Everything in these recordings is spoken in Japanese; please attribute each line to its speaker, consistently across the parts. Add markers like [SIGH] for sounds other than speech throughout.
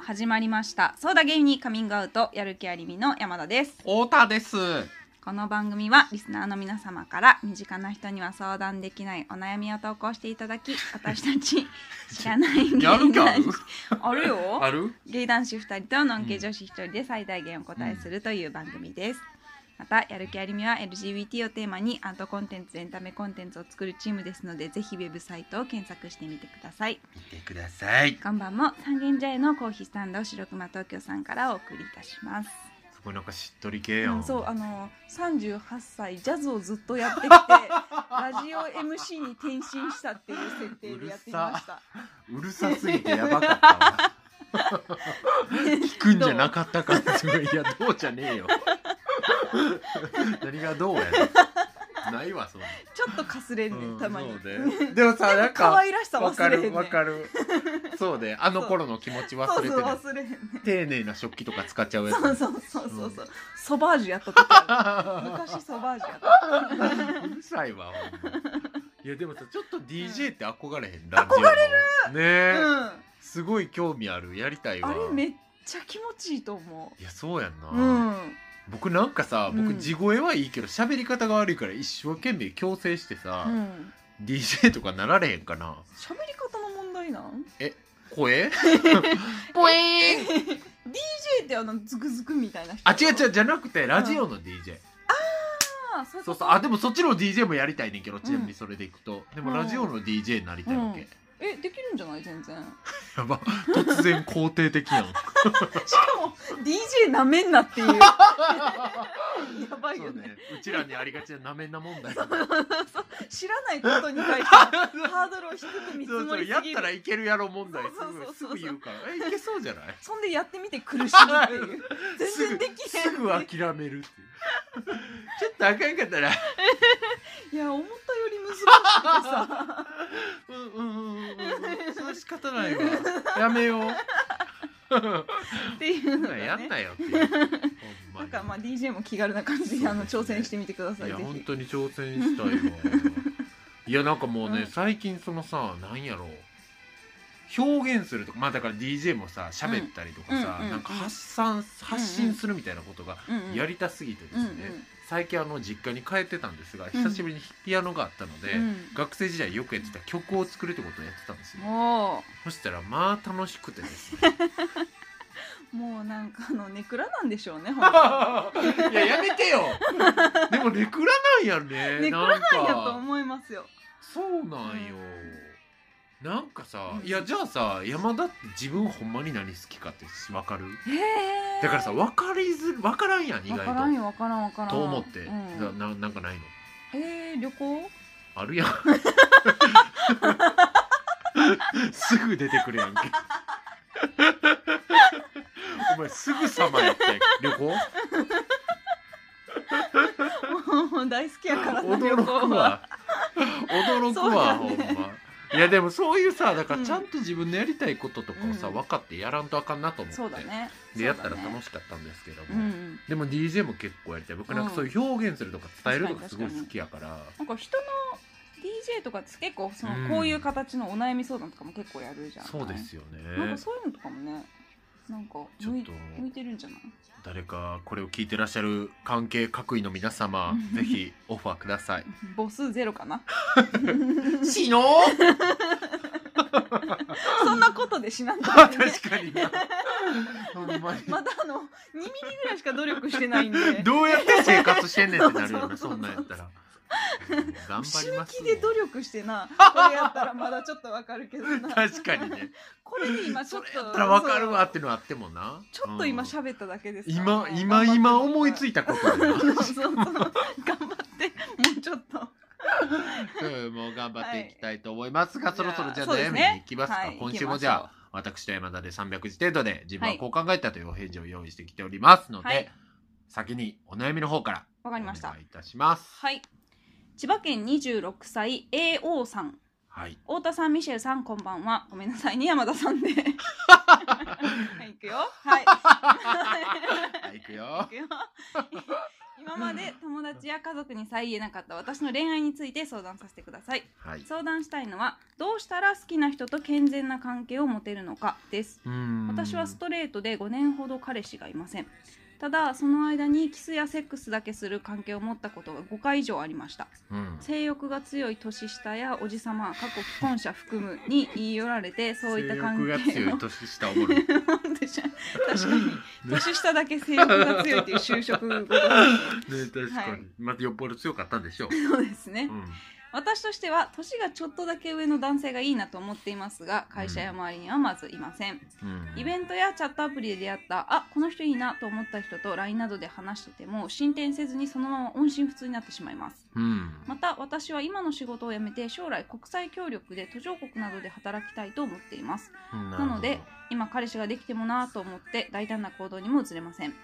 Speaker 1: 始まりましたソーダゲームにカミングアウトやる気ありみの山田です
Speaker 2: 太田です。
Speaker 1: この番組はリスナーの皆様から身近な人には相談できないお悩みを投稿していただき私たち知らない芸
Speaker 2: やる
Speaker 1: 男
Speaker 2: か
Speaker 1: 子あるよ
Speaker 2: ある
Speaker 1: 芸男子2人とノンケ女子1人で最大限お答えするという番組です、またやる気ありみは LGBT をテーマにアートコンテンツエンタメコンテンツを作るチームですのでぜひウェブサイトを検索してみてください
Speaker 2: 見てください。
Speaker 1: 看板も三軒茶屋のコーヒースタンド白熊東京さんからお送りいたします。
Speaker 3: すごいなんかしっとり系や。
Speaker 1: うんん、そうあの三十八歳ジャズをずっと
Speaker 3: [LAUGHS]
Speaker 1: やってきてラジオ MC に転身したっていう設定でやってみました。
Speaker 3: うるさすぎてやばかったわ。
Speaker 1: [LAUGHS]
Speaker 3: 聞くんじゃなかったかすごい。いやどうじゃねえ [LAUGHS] よ。何がどうやねんないわそんな。
Speaker 1: ちょっとかすれんねんたまに。 [LAUGHS]
Speaker 3: そうねでもさなん
Speaker 1: 可
Speaker 3: か
Speaker 1: 愛らしさ
Speaker 3: わ
Speaker 1: 忘
Speaker 3: か
Speaker 1: れへんね
Speaker 3: る
Speaker 1: ん。
Speaker 3: わかる。そうねあの頃の気持ち忘
Speaker 1: そう
Speaker 3: れて
Speaker 1: そう
Speaker 3: る。
Speaker 1: 忘れへんねん。
Speaker 3: 丁寧な食器とか使っちゃうやつ。 [LAUGHS]
Speaker 1: そうそうそうそうそう。ソバージュやった時ある。昔ソバージュやっ
Speaker 3: [LAUGHS]
Speaker 1: た。
Speaker 3: うるさいわ。ほんまいやでもさちょっと DJ って憧れへん。憧れる。ねえ、
Speaker 1: う
Speaker 3: すごい興味あるやりたい
Speaker 1: ん。
Speaker 3: わ。
Speaker 1: あれめっちゃ気持ちいいと思
Speaker 3: いやそうやんな。
Speaker 1: う。うん。
Speaker 3: 僕なんかさ
Speaker 1: う
Speaker 3: 僕
Speaker 1: ん
Speaker 3: 地声はいいけど喋り方が悪いから一生懸命矯正して
Speaker 1: う
Speaker 3: さ、
Speaker 1: ん。
Speaker 3: DJ とかなられへんかな
Speaker 1: 喋り方の問題なん？
Speaker 3: 声
Speaker 1: [LAUGHS] DJ ってあのズクズクみたいな人
Speaker 3: あ違う違うじゃなくてラジオの DJ、
Speaker 1: あーそうい
Speaker 3: そう
Speaker 1: うこと
Speaker 3: そうあでもそっちの DJ もやりたいねんけどちなみにそれでいくと、でもラジオの DJ になりたいわけ、
Speaker 1: うんえできるんじゃない全然 [LAUGHS]
Speaker 3: やば突然肯定的やん
Speaker 1: しかも DJ なめんな
Speaker 3: [LAUGHS]
Speaker 1: っていうやばい
Speaker 3: そ
Speaker 1: よ
Speaker 3: う
Speaker 1: ね
Speaker 3: ねうちらにありがちななめんな問題
Speaker 1: 知らないことに対して
Speaker 3: [LAUGHS]
Speaker 1: ハードルを低く見積
Speaker 3: そう
Speaker 1: も
Speaker 3: そう
Speaker 1: り
Speaker 3: や
Speaker 1: す
Speaker 3: っ
Speaker 1: ぎ
Speaker 3: たら
Speaker 1: る
Speaker 3: いけるやろ問題す
Speaker 1: そうそうそう
Speaker 3: ぐす
Speaker 1: そう
Speaker 3: ぐ言うからえいけそうじゃない
Speaker 1: そんでやってみて苦しいっていう全然できへん
Speaker 3: [LAUGHS] すぐ諦めるっていうちょっとあかんかったら
Speaker 1: いや思ったより難しく
Speaker 3: [LAUGHS]
Speaker 1: てさ
Speaker 3: うんうんうんうんうんそれは仕方ないわやめよう
Speaker 1: っていうのがね
Speaker 3: やんなよっていうほんま
Speaker 1: なん
Speaker 3: に
Speaker 1: かまあ DJ も気軽な感じであの
Speaker 3: そうで
Speaker 1: 挑
Speaker 3: すね
Speaker 1: 戦してみてください
Speaker 3: いや
Speaker 1: ぜ
Speaker 3: 本
Speaker 1: ひ
Speaker 3: 当に挑戦したいわいやなんかもうね、
Speaker 1: うん
Speaker 3: 最近そのさなんやろう表現するとかまあだから DJ もさ喋ったりとかさ、
Speaker 1: うんうんうんうん
Speaker 3: なんか発散発信するみたいなことが
Speaker 1: うんうん
Speaker 3: やりたすぎてですね、最近あの実家に帰ってたんですが
Speaker 1: うん
Speaker 3: 久しぶりにピアノがあったので、
Speaker 1: うん
Speaker 3: 学生時代よくやってた曲を作るってことをやってたんです
Speaker 1: うん
Speaker 3: よ
Speaker 1: も
Speaker 3: そしたらまあ楽しくて
Speaker 1: [LAUGHS]
Speaker 3: ですね
Speaker 1: うもうなんかあのネクラなんでしょうね本当に
Speaker 3: いややめて
Speaker 1: [LAUGHS]
Speaker 3: よでもネクラなんやね
Speaker 1: ネク
Speaker 3: な
Speaker 1: ラ
Speaker 3: ん
Speaker 1: や
Speaker 3: か
Speaker 1: と思いますよ。
Speaker 3: そうなんよなんかさ、
Speaker 1: うん
Speaker 3: いやじゃあさ山田って自分ほんまに何好きかって分かる
Speaker 1: へえ
Speaker 3: だからさ分かりづ分からんやん意
Speaker 1: わからん
Speaker 3: 外
Speaker 1: よわからんわからん。
Speaker 3: とと思って、
Speaker 1: うん
Speaker 3: なななんかないの
Speaker 1: えー、旅行？
Speaker 3: あるやんすぐ出てくるやんけお前すぐさまやって旅行
Speaker 1: もう大好きやからな旅
Speaker 3: 驚
Speaker 1: 行
Speaker 3: く
Speaker 1: は。
Speaker 3: わ驚く
Speaker 1: そうだ
Speaker 3: わ、
Speaker 1: ね
Speaker 3: ほんまいやでもそういうさだか
Speaker 1: うん
Speaker 3: らちゃんと自分のやりたいこととかをさ、
Speaker 1: うん
Speaker 3: 分かってやらんとあかんなと思って
Speaker 1: そうだね。
Speaker 3: でやったら
Speaker 1: そうだね
Speaker 3: 楽しかったんですけども、
Speaker 1: うん。
Speaker 3: でも DJ も結構やりたい僕なんかそういう表現するとか伝えるのがすごい好きやから
Speaker 1: なんか人の DJ とかって結構その、
Speaker 3: うん
Speaker 1: こういう形のお悩み相談とかも結構やるじゃん。
Speaker 3: そうです
Speaker 1: よ、
Speaker 3: よ
Speaker 1: なん
Speaker 3: ね
Speaker 1: かそういうのとかもね、なんか
Speaker 3: ちょ
Speaker 1: 向
Speaker 3: っ
Speaker 1: い
Speaker 3: と
Speaker 1: 向いてるんじゃない？
Speaker 3: 誰かこれを聞いてらっしゃる関係各位の皆様
Speaker 1: うん
Speaker 3: ぜひオファーくださ
Speaker 1: [LAUGHS]
Speaker 3: い
Speaker 1: 母数ゼロかな。 [LAUGHS]
Speaker 3: 死のう [LAUGHS]
Speaker 1: そんなことで死なんだ、
Speaker 3: 確
Speaker 1: ね。
Speaker 3: かになほんまに
Speaker 1: まだあの2ミリぐらいしか努力してないんで。
Speaker 3: [LAUGHS] どうやって生活してんねんってなるよね
Speaker 1: [LAUGHS]
Speaker 3: そ
Speaker 1: そ
Speaker 3: う
Speaker 1: そうそうそうん
Speaker 3: なんやったら頑張
Speaker 1: 死
Speaker 3: り
Speaker 1: ぬ
Speaker 3: ます
Speaker 1: 気
Speaker 3: よ
Speaker 1: で努力してなこれやったらまだちょっとわかるけどな
Speaker 3: [LAUGHS] [LAUGHS] 確かにね
Speaker 1: これで今ち
Speaker 3: そ
Speaker 1: ょっ
Speaker 3: れ
Speaker 1: と
Speaker 3: やったら分かるわってのあってもな
Speaker 1: そうちょっと今
Speaker 3: うん
Speaker 1: 喋っただけですから
Speaker 3: 今今今思いつ
Speaker 1: い
Speaker 3: いたことだ
Speaker 1: た [LAUGHS]
Speaker 3: な
Speaker 1: そうそうそう頑張ってもうちょっと
Speaker 3: うんもう頑張っていきたいと思いますが、
Speaker 1: はい
Speaker 3: そろそろじゃあ
Speaker 1: そうです
Speaker 3: 悩み
Speaker 1: ね
Speaker 3: に行きますか、
Speaker 1: はい
Speaker 3: 今週もじゃあ私と山田で300字程度で自分
Speaker 1: は
Speaker 3: はいこう考えたというお返事を用意してきておりますので、
Speaker 1: はい
Speaker 3: 先にお悩みの方からお
Speaker 1: わかり
Speaker 3: 願
Speaker 1: ました
Speaker 3: いいたします。
Speaker 1: はい千葉県26歳 AO さん
Speaker 3: はい、
Speaker 1: 太田さんミシェルさんこんばんはごめんなさいね山
Speaker 3: [LAUGHS]
Speaker 1: 田さんではいいくよはい
Speaker 3: はい、いくよ
Speaker 1: いくよ [LAUGHS] 今まで友達や家族にさえ言えなかった私の恋愛について相談させてください
Speaker 3: はい。
Speaker 1: 相談したいのはどうしたら好きな人と健全な関係を持てるのかです
Speaker 3: うん
Speaker 1: 私はストレートで5年ほど彼氏がいませんただその間にキスやセックスだけする関係を持ったことが5回以上ありました
Speaker 3: うん
Speaker 1: 性欲が強い年下やおじさま過去既婚者含むに言い寄られてそういった関
Speaker 2: 性欲
Speaker 1: 係
Speaker 2: が強
Speaker 1: を
Speaker 2: い年下お [LAUGHS] もろい
Speaker 1: 本当じゃん確かに年下だけ性欲が強いっていう就職語が
Speaker 2: ね確かに、
Speaker 1: はい
Speaker 2: またよっぽど強かったんでしょう、
Speaker 1: [LAUGHS] そうですね、
Speaker 2: うん、
Speaker 1: 私としては年がちょっとだけ上の男性がいいなと思っていますが会社や周りにはまずいません、
Speaker 3: うん
Speaker 1: イベントやチャットアプリで出会ったあこの人いいなと思った人と LINE などで話してても進展せずにそのまま音信不通になってしまいます
Speaker 3: うん
Speaker 1: また私は今の仕事を辞めて将来国際協力で途上国などで働きたいと思っています
Speaker 3: な
Speaker 1: なので今彼氏ができてもなぁと思って大胆な行動にも移れません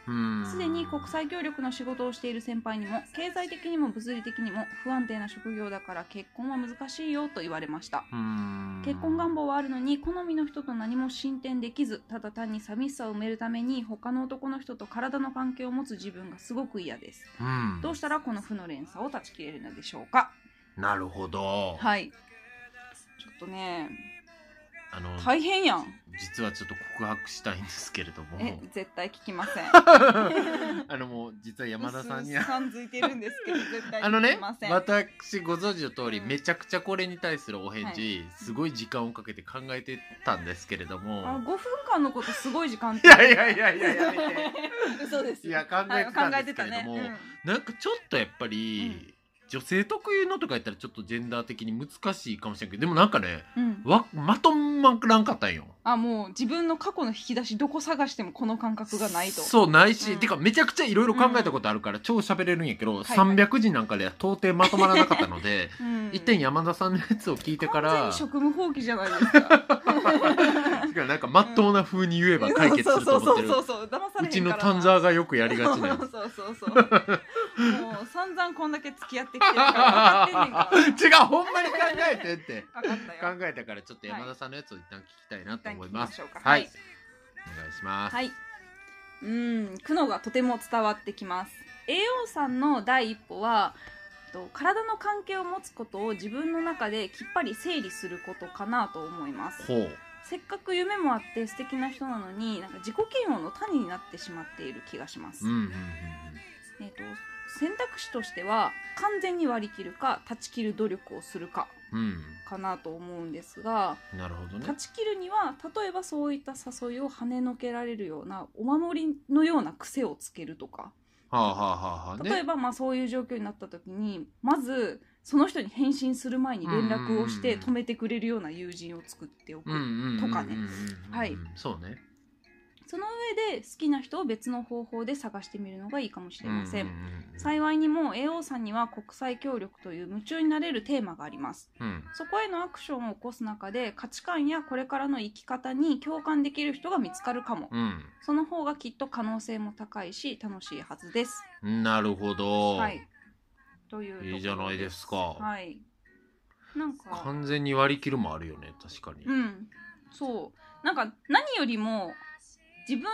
Speaker 1: すでに国際協力の仕事をしている先輩にも経済的にも物理的にも不安定な職業だから結婚は難しいよと言われました結婚願
Speaker 3: 望
Speaker 1: 望はあるのに好みの人と何も進展できずただ単に寂しさを埋めるために他の男の人と体の関係を持つ自分がすごく嫌ですどうしたらこの負の連鎖を断ち切れるのでしょうか
Speaker 3: なるほど
Speaker 1: はいちょっとね
Speaker 3: あの
Speaker 1: 大変やん
Speaker 3: 実はちょっと告白したいんですけれども
Speaker 1: え絶対聞きません
Speaker 3: あのもう実は山田さんに
Speaker 1: うすうす
Speaker 3: は
Speaker 1: 感づいてるんですけど絶
Speaker 3: [LAUGHS]
Speaker 1: 対
Speaker 3: あの
Speaker 1: 聞
Speaker 3: ね
Speaker 1: きません、
Speaker 3: 私ご存知の通り
Speaker 1: うん
Speaker 3: めちゃくちゃこれに対するお返事すごい時間をかけて考えてたんですけれど
Speaker 1: あ
Speaker 3: も
Speaker 1: 5分間のことすごい時間
Speaker 3: いやいやいやいややめて
Speaker 1: [LAUGHS] 嘘です
Speaker 3: いや考えてたんですけれども
Speaker 1: はい考えてたね
Speaker 3: なんかちょっとやっぱ
Speaker 1: う
Speaker 3: り
Speaker 1: ん
Speaker 3: 女性特有のとか言ったらちょっとジェンダー的に難しいかもしれんけどでもなんかね
Speaker 1: うんうん
Speaker 3: わまとまらんかったんよ
Speaker 1: あもう自分の過去の引き出しどこ探してもこの感覚がないと
Speaker 3: そうないし、
Speaker 1: うん
Speaker 3: てかめちゃくちゃいろいろ考えたことあるから超喋れるんやけど、
Speaker 1: いはい
Speaker 3: 300字なんかでは到底まとまらなかったので
Speaker 1: う、ん、
Speaker 3: 一点山田さんのやつを聞いてか
Speaker 1: 完全
Speaker 3: ら
Speaker 1: に職務放棄じゃないですか
Speaker 3: てかなんかまっとうな風に言えば解決すると思ってる
Speaker 1: そうそうそうそう騙され
Speaker 3: うち
Speaker 1: へん
Speaker 3: の
Speaker 1: からな
Speaker 3: 丹沢がよくやりがちなやつ。
Speaker 1: そうそうそうそうもう散々こんだけ付き合ってきてるから分かってんね
Speaker 3: [LAUGHS]
Speaker 1: んか
Speaker 3: 違うほんまに考えてって
Speaker 1: ら分かったよ
Speaker 3: 考えたからちょっと山田さんのやつを一旦聞きたいなと思います。
Speaker 1: 一旦聞きましょうか
Speaker 3: は
Speaker 1: はい
Speaker 3: い、お願いします。
Speaker 1: はい。うん、苦悩がとても伝わってきます。栄養さんの第一歩は、と体の関係を持つことを自分の中できっぱり整理することかなと思います。
Speaker 3: ほう。
Speaker 1: せっかく夢もあって素敵な人なのに、なんか自己嫌悪の種になってしまっている気がします。
Speaker 3: うんうんうん
Speaker 1: えっ、と選択肢としては完全に割り切るか断ち切る努力をするか
Speaker 3: うん。
Speaker 1: かなと思うんですが、
Speaker 3: うん。なるほどね
Speaker 1: 断。ち切るには例えばそういった誘いを跳ねのけられるようなお守りのような癖をつけるとか
Speaker 3: はあはあはあはあ。ね
Speaker 1: 例えばまあそういう状況になった時にまずその人に返信する前に連絡を
Speaker 3: う
Speaker 1: し
Speaker 3: んうん
Speaker 1: て
Speaker 3: うん
Speaker 1: 止めてくれるような友人を作っておく、
Speaker 3: うんうんうんうん
Speaker 1: とかねはい。
Speaker 3: そうね。
Speaker 1: その上で好きな人を別の方法で探してみるのがいいかもしれません、
Speaker 3: うんうんうんうん
Speaker 1: 幸いにも AO さんには国際協力という夢中になれるテーマがあります
Speaker 3: うん。
Speaker 1: そこへのアクションを起こす中で価値観やこれからの生き方に共感できる人が見つかるかも
Speaker 3: う
Speaker 1: その方がきっと可能性も高いし楽しいはずです。
Speaker 3: ん。なるほど。
Speaker 1: はい。というところ
Speaker 3: いいじゃないですか
Speaker 1: はい。なんか、
Speaker 3: 完全に割り切るもあるよね。確かに。
Speaker 1: うん、そう。なんか何よりも自分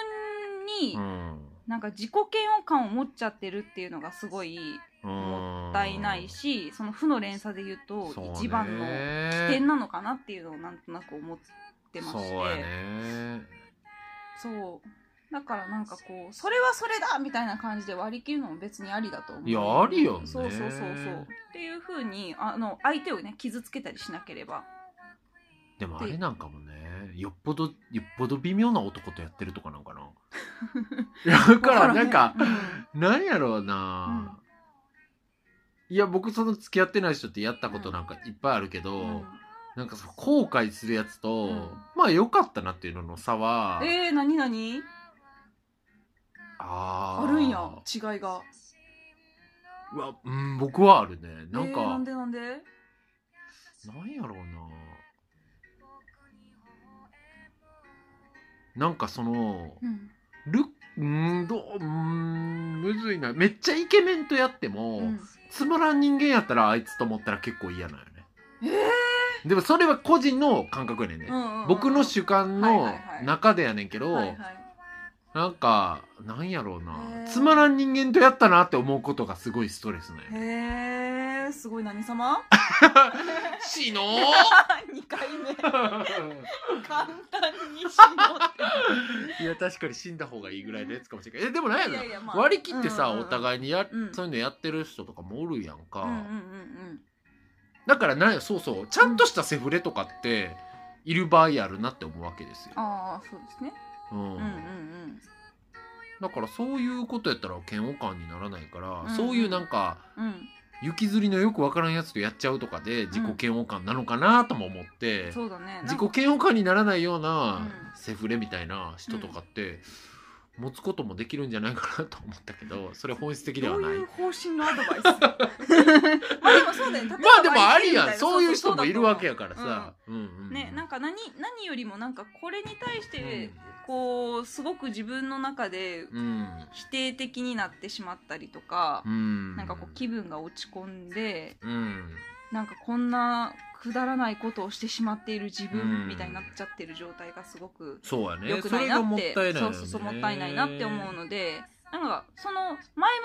Speaker 1: に
Speaker 3: うん。
Speaker 1: なんか自己嫌悪感を持っちゃってるっていうのがすごいも
Speaker 3: も
Speaker 1: もったいないし、その負の連鎖で言うと一番の
Speaker 3: 危
Speaker 1: 危険なのかなっていうのをなんとなく思ってまして。
Speaker 3: そうやね。
Speaker 1: そうだからなんかこうそれはそれだみたいな感じで割り切るのも別にありだと思う
Speaker 3: いやありよね
Speaker 1: そうそうそうそうっていうふうにあの相手をね傷つけたりしなければ
Speaker 3: でもあれなんかもね、よっぽどよっぽど微妙な男とやってるとか
Speaker 1: [LAUGHS]
Speaker 3: なんかな。いやだからなんか、なんやろうな。いや僕その付き合ってない人ってやったことなんかいっぱいあるけど、
Speaker 1: うん
Speaker 3: なんかその後悔するやつと、
Speaker 1: うん
Speaker 3: まあ良かったなっていうのの差は、
Speaker 1: えー、何何
Speaker 3: あ
Speaker 1: あ
Speaker 3: ー
Speaker 1: るんや違いが
Speaker 3: うわ、うん、僕はあるねなん
Speaker 1: えーな
Speaker 3: か、
Speaker 1: んでなんで
Speaker 3: なんやろうななんかその
Speaker 1: うん
Speaker 3: ルッうんどううんむずいなめっちゃイケメンとやっても、
Speaker 1: うん
Speaker 3: つまらん人間やったらあいつと思ったら結構嫌なんよね
Speaker 1: え
Speaker 3: でもそれは個人の感覚やねんね、
Speaker 1: ーうんうんうん
Speaker 3: 僕の主観
Speaker 1: はい
Speaker 3: の
Speaker 1: はいはい
Speaker 3: 中でやねんけど、
Speaker 1: はいはい
Speaker 3: なんかなんやろうな
Speaker 1: へー
Speaker 3: つまらん人間とやったなって思うことがすごいストレスね
Speaker 1: へえすごい何様 [LAUGHS]
Speaker 3: 死の
Speaker 1: 二回目
Speaker 3: い
Speaker 1: 簡単に死の
Speaker 3: [LAUGHS] や確かに死んだ方がいいぐらいのやつかもしれないえでもなんや
Speaker 1: っ
Speaker 3: ろ
Speaker 1: てい
Speaker 3: な
Speaker 1: やいや、ま
Speaker 3: 割り切ってさ、
Speaker 1: うんうんうん
Speaker 3: お互いにや、
Speaker 1: うん
Speaker 3: そういうのやってる人とかもおるやんか、
Speaker 1: うんうんうん
Speaker 3: だからなんやそうそうちゃんとしたセフレとかっている場合あるなって思うわけですよ
Speaker 1: うん、ああそうですね
Speaker 3: うん
Speaker 1: うんうんうん
Speaker 3: だからそういうことやったら嫌悪感にならないから、
Speaker 1: うんうん
Speaker 3: そういうなんか
Speaker 1: うん
Speaker 3: 雪吊りのよくわからんやつとやっちゃうとかで自己嫌悪感なのかなとも思って、
Speaker 1: そうだね
Speaker 3: 自己嫌悪感にならないような
Speaker 1: うん
Speaker 3: セフレみたいな人とかって、持つこともできるんじゃないかなと思ったけどそれ本質的で
Speaker 1: ど
Speaker 3: は
Speaker 1: う
Speaker 3: ない
Speaker 1: いう方針のアドバイ
Speaker 3: [LAUGHS]
Speaker 1: スまあでもそうだよね例えば
Speaker 3: まあでもあり
Speaker 1: 割り切るみた
Speaker 3: や
Speaker 1: なん
Speaker 3: そういう人もいるわけ
Speaker 1: や
Speaker 3: やからさ、うんうんうん
Speaker 1: ねなんか何何よりもなんかこれに対し
Speaker 3: うん
Speaker 1: てこうすごく自分の中で
Speaker 3: うん
Speaker 1: 否定的になってしまったりとか
Speaker 3: う、ん
Speaker 1: なんかこう気分が落ち込んで
Speaker 3: うん
Speaker 1: なんかこんなくだらないことをしてしまっている自
Speaker 3: う
Speaker 1: 分
Speaker 3: ん
Speaker 1: みたいになっちゃってる状態がすごく
Speaker 3: そうやね
Speaker 1: 良く
Speaker 3: そ
Speaker 1: な
Speaker 3: れ
Speaker 1: いな
Speaker 3: が
Speaker 1: っ
Speaker 3: もってたいないよ
Speaker 1: そう
Speaker 3: ね
Speaker 1: そうそうもったいないなって思うのでなんかその前向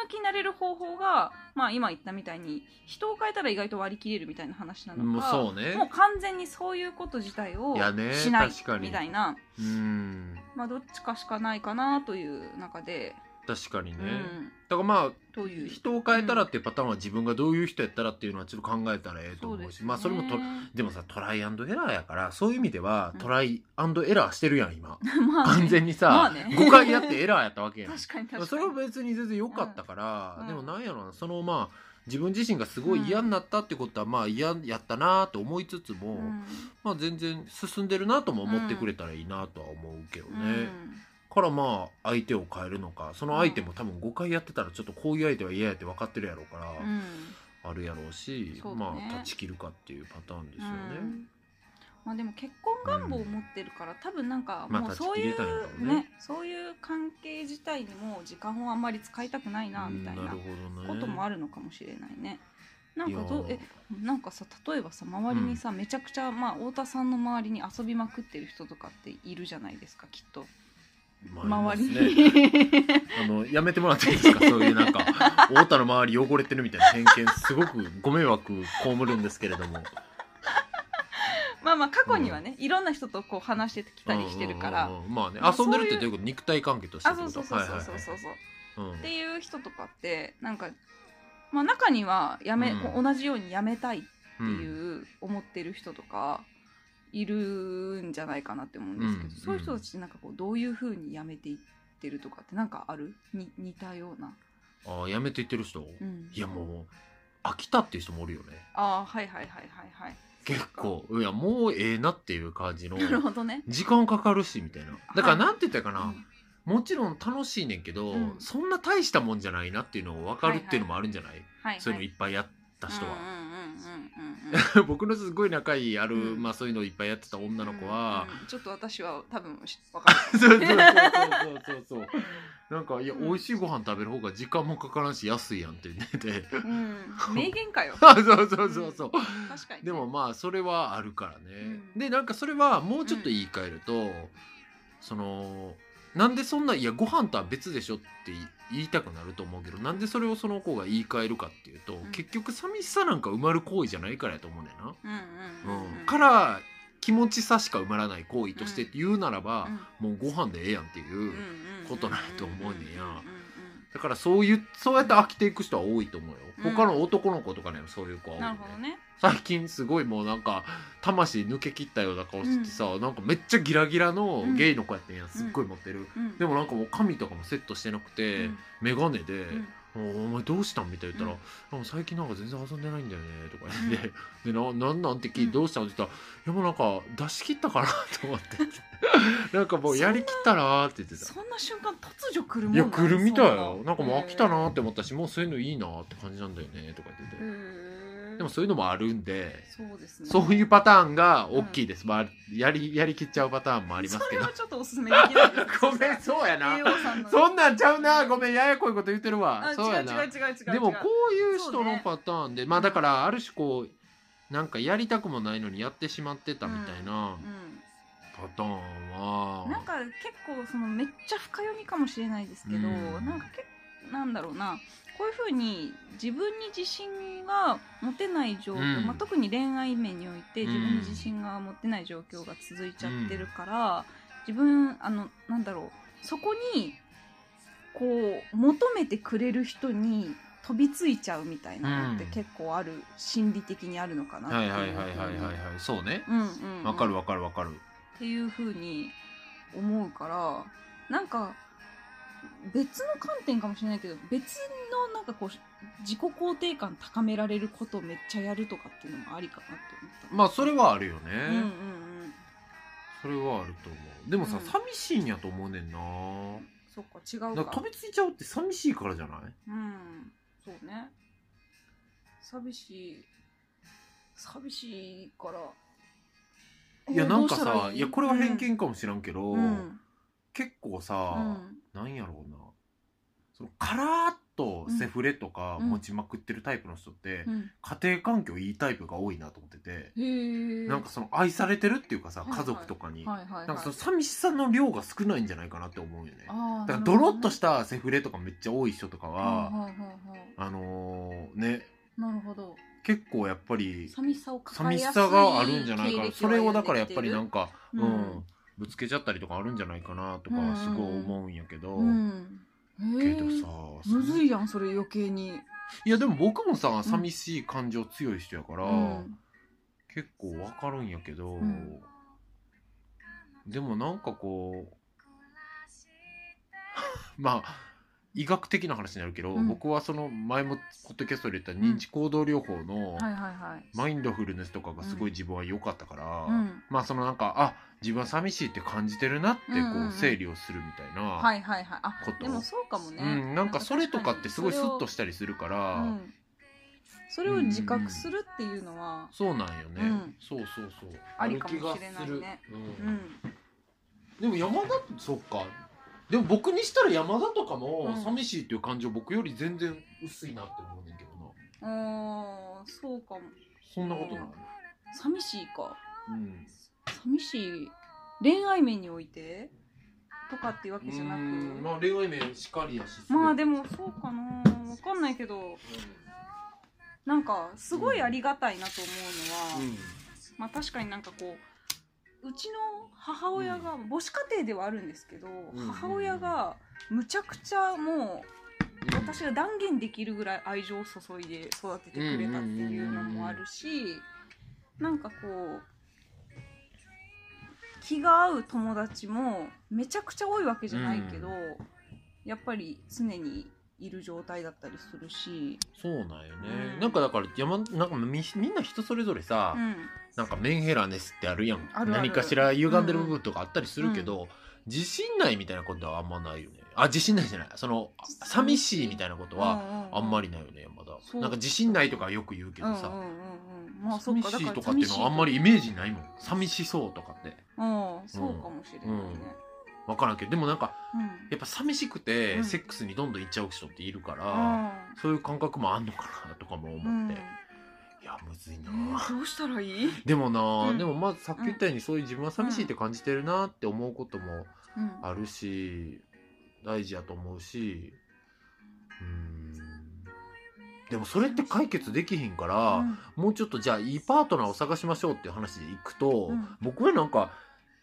Speaker 1: きになれる方法がまあ今言ったみたいに人を変えたら意外と割り切れるみたいな話な
Speaker 3: も
Speaker 1: の
Speaker 3: う
Speaker 1: か
Speaker 3: そうね
Speaker 1: もう完全にそういうこと自体を
Speaker 3: いやね
Speaker 1: しない
Speaker 3: 確かに
Speaker 1: みたいな、
Speaker 3: うん
Speaker 1: まあ、どっちかしかないかなという中で、
Speaker 3: 確かにね、
Speaker 1: う
Speaker 3: だ
Speaker 1: ん、
Speaker 3: からまあ
Speaker 1: という
Speaker 3: 人を変えたらっていうパターンは自分がどういう人やったらっていうのはちょっと考えたらええと思うしまあそれもとでもさトライアンドエラーやからそういう意味では
Speaker 1: うん
Speaker 3: トライアンドエラーしてるやん今
Speaker 1: [LAUGHS] まあね
Speaker 3: 完全に
Speaker 1: ま
Speaker 3: さ
Speaker 1: あね
Speaker 3: 5回やってエラーやったわけやん
Speaker 1: 確かに確かに
Speaker 3: それは別に全然良かったから、
Speaker 1: うん
Speaker 3: でもなんやろなそのまあ自分自身がすごい嫌になったってことはまあ嫌やったなと思いつつも、
Speaker 1: うん
Speaker 3: まあ全然進んでるなとも思ってくれたらいいなとは思うけどね、
Speaker 1: うん
Speaker 3: からまあ相手を変えるのかその相手も多分5回やってたらちょっとこういう相手は嫌やって分かってるやろうから、
Speaker 1: うん
Speaker 3: あるやろうし
Speaker 1: そうだ
Speaker 3: ま
Speaker 1: ね
Speaker 3: あ断ち切るかっていうパターンですよね。
Speaker 1: うんまあでも結婚願望を持ってるから、多分なんか
Speaker 3: まあ
Speaker 1: もうそうい
Speaker 3: 断ち切り
Speaker 1: う、
Speaker 3: たいんだろう
Speaker 1: ね
Speaker 3: ね
Speaker 1: そういう関係自体にも時間をあんまり使いたくないなみたいな
Speaker 3: るほど
Speaker 1: こ
Speaker 3: ね。
Speaker 1: ともあ
Speaker 3: る
Speaker 1: るのかもしれないね。なんかどう
Speaker 3: いや
Speaker 1: えなんかさ例えばさ周りにさ、めちゃくちゃ、まあ、太田さんの周りに遊びまくってる人とかっているじゃないですかきっと
Speaker 3: まああ
Speaker 1: 周
Speaker 3: り
Speaker 1: り
Speaker 3: ますね。
Speaker 1: に、 [LAUGHS]
Speaker 3: あのやめてもらっていいですかそういうなんか太田の周り汚れてるみたいな偏見すごくご迷惑被るんですけれども。
Speaker 1: まあまあ過去にはね、いろんな人とこう話してきたりしてるから、
Speaker 3: うんうんうんうんまあね
Speaker 1: まあ
Speaker 3: 遊んでるって
Speaker 1: そういう
Speaker 3: どういうこと肉体関係として
Speaker 1: あ
Speaker 3: って
Speaker 1: そ
Speaker 3: こと
Speaker 1: うそうそう
Speaker 3: はい
Speaker 1: そう
Speaker 3: はい
Speaker 1: そうそうそう、
Speaker 3: はいうん
Speaker 1: っていう人とかってなんか、まあ、中にはやめ、
Speaker 3: うん
Speaker 1: こう同じようにやめたいって
Speaker 3: うん
Speaker 1: いう思ってる人とかいるんじゃないかなって思うんですけど、
Speaker 3: うん
Speaker 1: そういう人たちってなんかこうどういうふうにやめていってるとかってなんかあるに似たような。
Speaker 3: ああやめていってる人、
Speaker 1: うん
Speaker 3: いやもう飽きたっていう人もおるよね
Speaker 1: ああはいはいはいはいはい。
Speaker 3: 結構いやもうええなっていう感じの
Speaker 1: なるほどね。
Speaker 3: 時間かかるしみたいなだから
Speaker 1: はい
Speaker 3: なんて言ったらいいかな、
Speaker 1: うん
Speaker 3: もちろん楽しいねんけど、
Speaker 1: うん
Speaker 3: そんな大したもんじゃないなっていうのが分かるっていうのもあるんじゃない、
Speaker 1: はいはい。
Speaker 3: そういうのいっぱいやった人は、
Speaker 1: うんうんうんうんうんうん
Speaker 3: 僕のすごい仲いいある、
Speaker 1: うん
Speaker 3: まあ、そういうのいっぱいやってた女の子は、
Speaker 1: うんうんちょっと私は多分しわかる。
Speaker 3: そうそうそうそうそうそう
Speaker 1: [LAUGHS]
Speaker 3: なんかいや、
Speaker 1: うん
Speaker 3: 美味しいご飯食べる方が時間もかからんし安いやんって言って
Speaker 1: [LAUGHS]
Speaker 3: て [LAUGHS]。
Speaker 1: うん、名言かよ
Speaker 3: あそうそうそうそう、
Speaker 1: 確かにね。
Speaker 3: でもまあそれはあるからね、
Speaker 1: うん
Speaker 3: でなんかそれはもうちょっと言い換えると、そのなんでそんないやご飯とは別でしょって言いたくなると思うけどなんでそれをその子が言い換えるかっていうと、
Speaker 1: ん
Speaker 3: 結局寂しさなんか埋まる行為じゃないからやと思うねんな、
Speaker 1: うんうんうん
Speaker 3: う
Speaker 1: うんん。
Speaker 3: から気持ちさしか埋まらない行為として言うならば、もうご飯でええやんっていう、ことないと思うねんやだからそういうそうやって飽きていく人は多いと思うよ、
Speaker 1: うん
Speaker 3: 他の男の子とかねそういう子は多い
Speaker 1: な
Speaker 3: よ
Speaker 1: るほどね
Speaker 3: 最近すごいもうなんか魂抜け切ったような顔してさ、なんかめっちゃギラギラのゲイの子やってんやんすっごい持ってる、で
Speaker 1: も
Speaker 3: もなんかもう髪とかもセットしてなくて、メガネで「おお前どうしたん?」みたいな言ったら「でも最近なんか全然遊んでないんだよね」とか言って「 [LAUGHS] でななんなん?」って聞いて「どうしたん?」って言ったら「いやもうなんか出し切ったから」と思って「 [LAUGHS] なんかもうやりきったら」って言ってた。
Speaker 1: そんな瞬間突如来るもん
Speaker 3: いや来るみたいよなんかもう飽きた
Speaker 1: な
Speaker 3: なって思ったしもうそういうのいいなって感じなんだよねとか言って
Speaker 1: そ
Speaker 3: て
Speaker 1: んなへえ
Speaker 3: でもそういうのもあるんで
Speaker 1: そうですね
Speaker 3: そういうパターンが大きいです。まあ、やり、やりきっちゃうパターンもあります
Speaker 1: そ
Speaker 3: け
Speaker 1: れ
Speaker 3: ど
Speaker 1: は。ちょっとおすすめできないです
Speaker 3: [LAUGHS] ごめん、そうやな。
Speaker 1: AO さんの
Speaker 3: そんなんちゃうな。ごめん、ややこいこと言ってるわ
Speaker 1: あ。
Speaker 3: そう
Speaker 1: 違
Speaker 3: や
Speaker 1: う
Speaker 3: な
Speaker 1: 違う。違う違う違う
Speaker 3: でも、こういう人のパターンで、まあ、
Speaker 1: うん
Speaker 3: だから、ある種こう、なんかやりたくもないのにやってしまってたみたいな
Speaker 1: うん
Speaker 3: パターンは
Speaker 1: なんか結構そのめっちゃ深読みかもしれないですけど、
Speaker 3: うん
Speaker 1: なんかけなんだろうなこういうふうに自分に自信が持てない状況、
Speaker 3: うん
Speaker 1: まあ、特に恋愛面において
Speaker 3: うん
Speaker 1: 自分に自信が持てない状況が続いちゃってるから、自分あのなんだろうそこにこう求めてくれる人に飛びついちゃうみたいなのって
Speaker 3: うん
Speaker 1: 結構ある、心理的にあるのかなって
Speaker 3: はいいうはいはいはいはいはいそうね
Speaker 1: うんうんうん
Speaker 3: わかるわかるわかる
Speaker 1: っていう風に思うからなんか別の観点かもしれないけど別のなんかこう自己肯定感高められることをめっちゃやるとかっていうのもありかなって思った。
Speaker 3: まあそれはあるよね、
Speaker 1: うんうんうん、
Speaker 3: それはあると思うでもさ、
Speaker 1: うん
Speaker 3: 寂しいんやと思うねんな
Speaker 1: そっか違う
Speaker 3: なん
Speaker 1: か
Speaker 3: か飛びついちゃうって寂しいからじゃない
Speaker 1: うんそうね寂しい寂しいから
Speaker 3: いやなんか
Speaker 1: どうした
Speaker 3: さ
Speaker 1: ら
Speaker 3: いやこれは偏見かもしらんけど、
Speaker 1: うんうん
Speaker 3: 結構
Speaker 1: う
Speaker 3: さ、
Speaker 1: ん
Speaker 3: なんやろうなそのカラーっとセフレとか
Speaker 1: うん
Speaker 3: 持ちまくってるタイプの人って、
Speaker 1: うん
Speaker 3: 家庭環境いいタイプが多いなと思ってて、
Speaker 1: へー
Speaker 3: なんかその愛されてるっていうかさ、
Speaker 1: はいはい
Speaker 3: 家族とかに、
Speaker 1: はいはいはい
Speaker 3: なんかその寂しさの量が少ないんじゃないかなって思うよねだ
Speaker 1: あー
Speaker 3: から
Speaker 1: な
Speaker 3: ド
Speaker 1: るほ
Speaker 3: ロ
Speaker 1: どね
Speaker 3: ッとしたセフレとかめっちゃ多い人とか
Speaker 1: は
Speaker 3: は、
Speaker 1: いはいはいはい
Speaker 3: あのーね
Speaker 1: なるほど
Speaker 3: 結構やっぱり
Speaker 1: 寂しさを抱え
Speaker 3: 寂し
Speaker 1: やすい
Speaker 3: さがあるんじゃないかな
Speaker 1: 経歴
Speaker 3: それをだからやっぱりなん
Speaker 1: か、
Speaker 3: か、
Speaker 1: う
Speaker 3: うんんぶつけちゃったりとかあるんじゃないかなとかはすごい思うんやけど、
Speaker 1: うん、
Speaker 3: けどさ
Speaker 1: へー
Speaker 3: そ
Speaker 1: むずいやんそれ余計に、
Speaker 3: いやでも僕もさ寂しい感情強い人やから、
Speaker 1: うん
Speaker 3: 結構わかるんやけど、
Speaker 1: ん
Speaker 3: でもなんかこう [LAUGHS] まあ医学的な話になるけど、
Speaker 1: うん
Speaker 3: 僕はその前もポッドキャストで言った認知行動療法の
Speaker 1: はいはいはい
Speaker 3: マインドフルネスとかがすごい自分は良かったから、
Speaker 1: うん
Speaker 3: まあそのなんかあ自分は寂しいって感じてるなってこ
Speaker 1: うんうんうん
Speaker 3: う整理をするみたいな、
Speaker 1: はいはいはいあ
Speaker 3: こと
Speaker 1: でもそうかもね、
Speaker 3: うん、なんかそれとかってすごいスッと
Speaker 1: し
Speaker 3: したりするか
Speaker 1: た
Speaker 3: ら、
Speaker 1: それを自覚するっていうのは、
Speaker 3: そうなんよね、
Speaker 1: うん
Speaker 3: そうそうそう
Speaker 1: ありかもしれないね
Speaker 3: ある気がする
Speaker 1: う
Speaker 3: うん
Speaker 1: ん
Speaker 3: でも山田そっかでも僕にしたら山田とかも
Speaker 1: うん
Speaker 3: 寂しいっていう感情僕より全然薄いなって思うねんけどな
Speaker 1: あーそうかも
Speaker 3: そんなことない、
Speaker 1: 寂しいか
Speaker 3: うん、
Speaker 1: 寂しい恋愛面においてとかっていうわけじゃなく
Speaker 3: うんまあ恋愛面しかりやし
Speaker 1: まあで
Speaker 3: も、
Speaker 1: もそうかなわかんないけどなんかすごいありがたいなと思
Speaker 3: う
Speaker 1: うのは、
Speaker 3: んうん
Speaker 1: まあ確かになんかこううちの母親が母子家庭ではあるんですけど、
Speaker 3: ん
Speaker 1: 母親がむちゃくちゃもう私が断言できるぐらい愛情を注いで育ててくれたっていうのもあるし、なんかこう気が合う友達もめちゃくちゃ多いわけじゃないけど、
Speaker 3: う
Speaker 1: やっぱり常にいる状態だったりするし、
Speaker 3: そうなんよね、
Speaker 1: うん
Speaker 3: なんかだから山なんかみみんな人それぞれさ、
Speaker 1: うん
Speaker 3: なんかメンヘラネスってあるやん
Speaker 1: あるある
Speaker 3: 何かしら歪んでる部分とかあったりするけど、自信ないみたいなことはあんまないよねあ自信ないじゃないその寂しいみたいなことはあんまりないよね山田、
Speaker 1: そう
Speaker 3: なんか自信ないとかはよく言うけど
Speaker 1: うん
Speaker 3: さ、
Speaker 1: うんうんうんまあ、そっ
Speaker 3: 寂
Speaker 1: か
Speaker 3: しいと
Speaker 1: だ
Speaker 3: からっていう
Speaker 1: 寂し
Speaker 3: のはあんまりイメージないもん寂しそうとかって
Speaker 1: うんそうかもしれないね、
Speaker 3: 分からんけどでもなんか
Speaker 1: うん
Speaker 3: やっぱ寂しく
Speaker 1: う
Speaker 3: て
Speaker 1: ん
Speaker 3: セックスにどんどん行っちゃう人っているから、
Speaker 1: あ
Speaker 3: そういう感覚もあんのかなとかも
Speaker 1: ーうん
Speaker 3: 思って、いやむずいな、
Speaker 1: えーどうしたらいい、
Speaker 3: でもな、
Speaker 1: うん
Speaker 3: でもまあさっき言ったようにそういう自分は寂しいって感じてるなって思うことも
Speaker 1: うん
Speaker 3: あるし大事やと思うしうんでもそれって解決できひんから、もうちょっとじゃあいいパートナーを探しましょうっていう話でいくと、
Speaker 1: うん
Speaker 3: 僕はなんか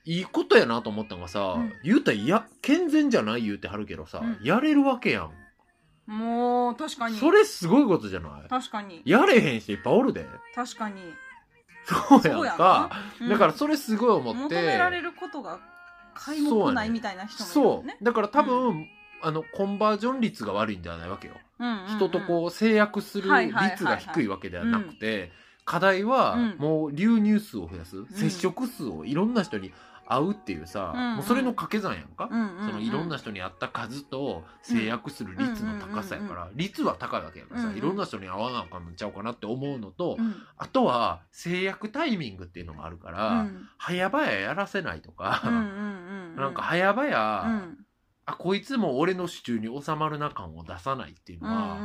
Speaker 3: いいことやなと思ったのがさ、
Speaker 1: うん
Speaker 3: 言うたらいや健全じゃない言うてはるけどさ、
Speaker 1: うん
Speaker 3: やれるわけやん
Speaker 1: うんもう確かに
Speaker 3: それすごいことじゃない
Speaker 1: 確かに
Speaker 3: やれへん人いっぱいおるで
Speaker 1: 確かに
Speaker 3: そうや
Speaker 1: そうんや
Speaker 3: か
Speaker 1: な、
Speaker 3: だからそれすごい思って
Speaker 1: 求められることが買いも来ないみたいな人もい
Speaker 3: そ
Speaker 1: るね
Speaker 3: うだから多分、あのコンバージョン率が悪いんではないわけよ、人とこう制約する
Speaker 1: はいはいはいはい
Speaker 3: 率が低いわけではなくて、課題は
Speaker 1: うん
Speaker 3: もう流入数を増やす、接触数をいろんな人に会うっていうさ、
Speaker 1: うんうん
Speaker 3: もうそれの掛け算やんか、
Speaker 1: うん、うんうんうん、
Speaker 3: そのいろんな人に会った数と制約する率の高さやから、率は高いわけやからさ、
Speaker 1: うんうん
Speaker 3: いろんな人に会わなあかんのちゃうかなって思うのと、
Speaker 1: うん、
Speaker 3: あとは制約タイミングっていうのもあるから、
Speaker 1: うん
Speaker 3: 早々やらせないとか、
Speaker 1: うんうんうんうん
Speaker 3: なんか早々、
Speaker 1: うん
Speaker 3: あこいつも俺の手中に収まるな感を出さないっていう
Speaker 1: う
Speaker 3: の
Speaker 1: んう
Speaker 3: は、
Speaker 1: んう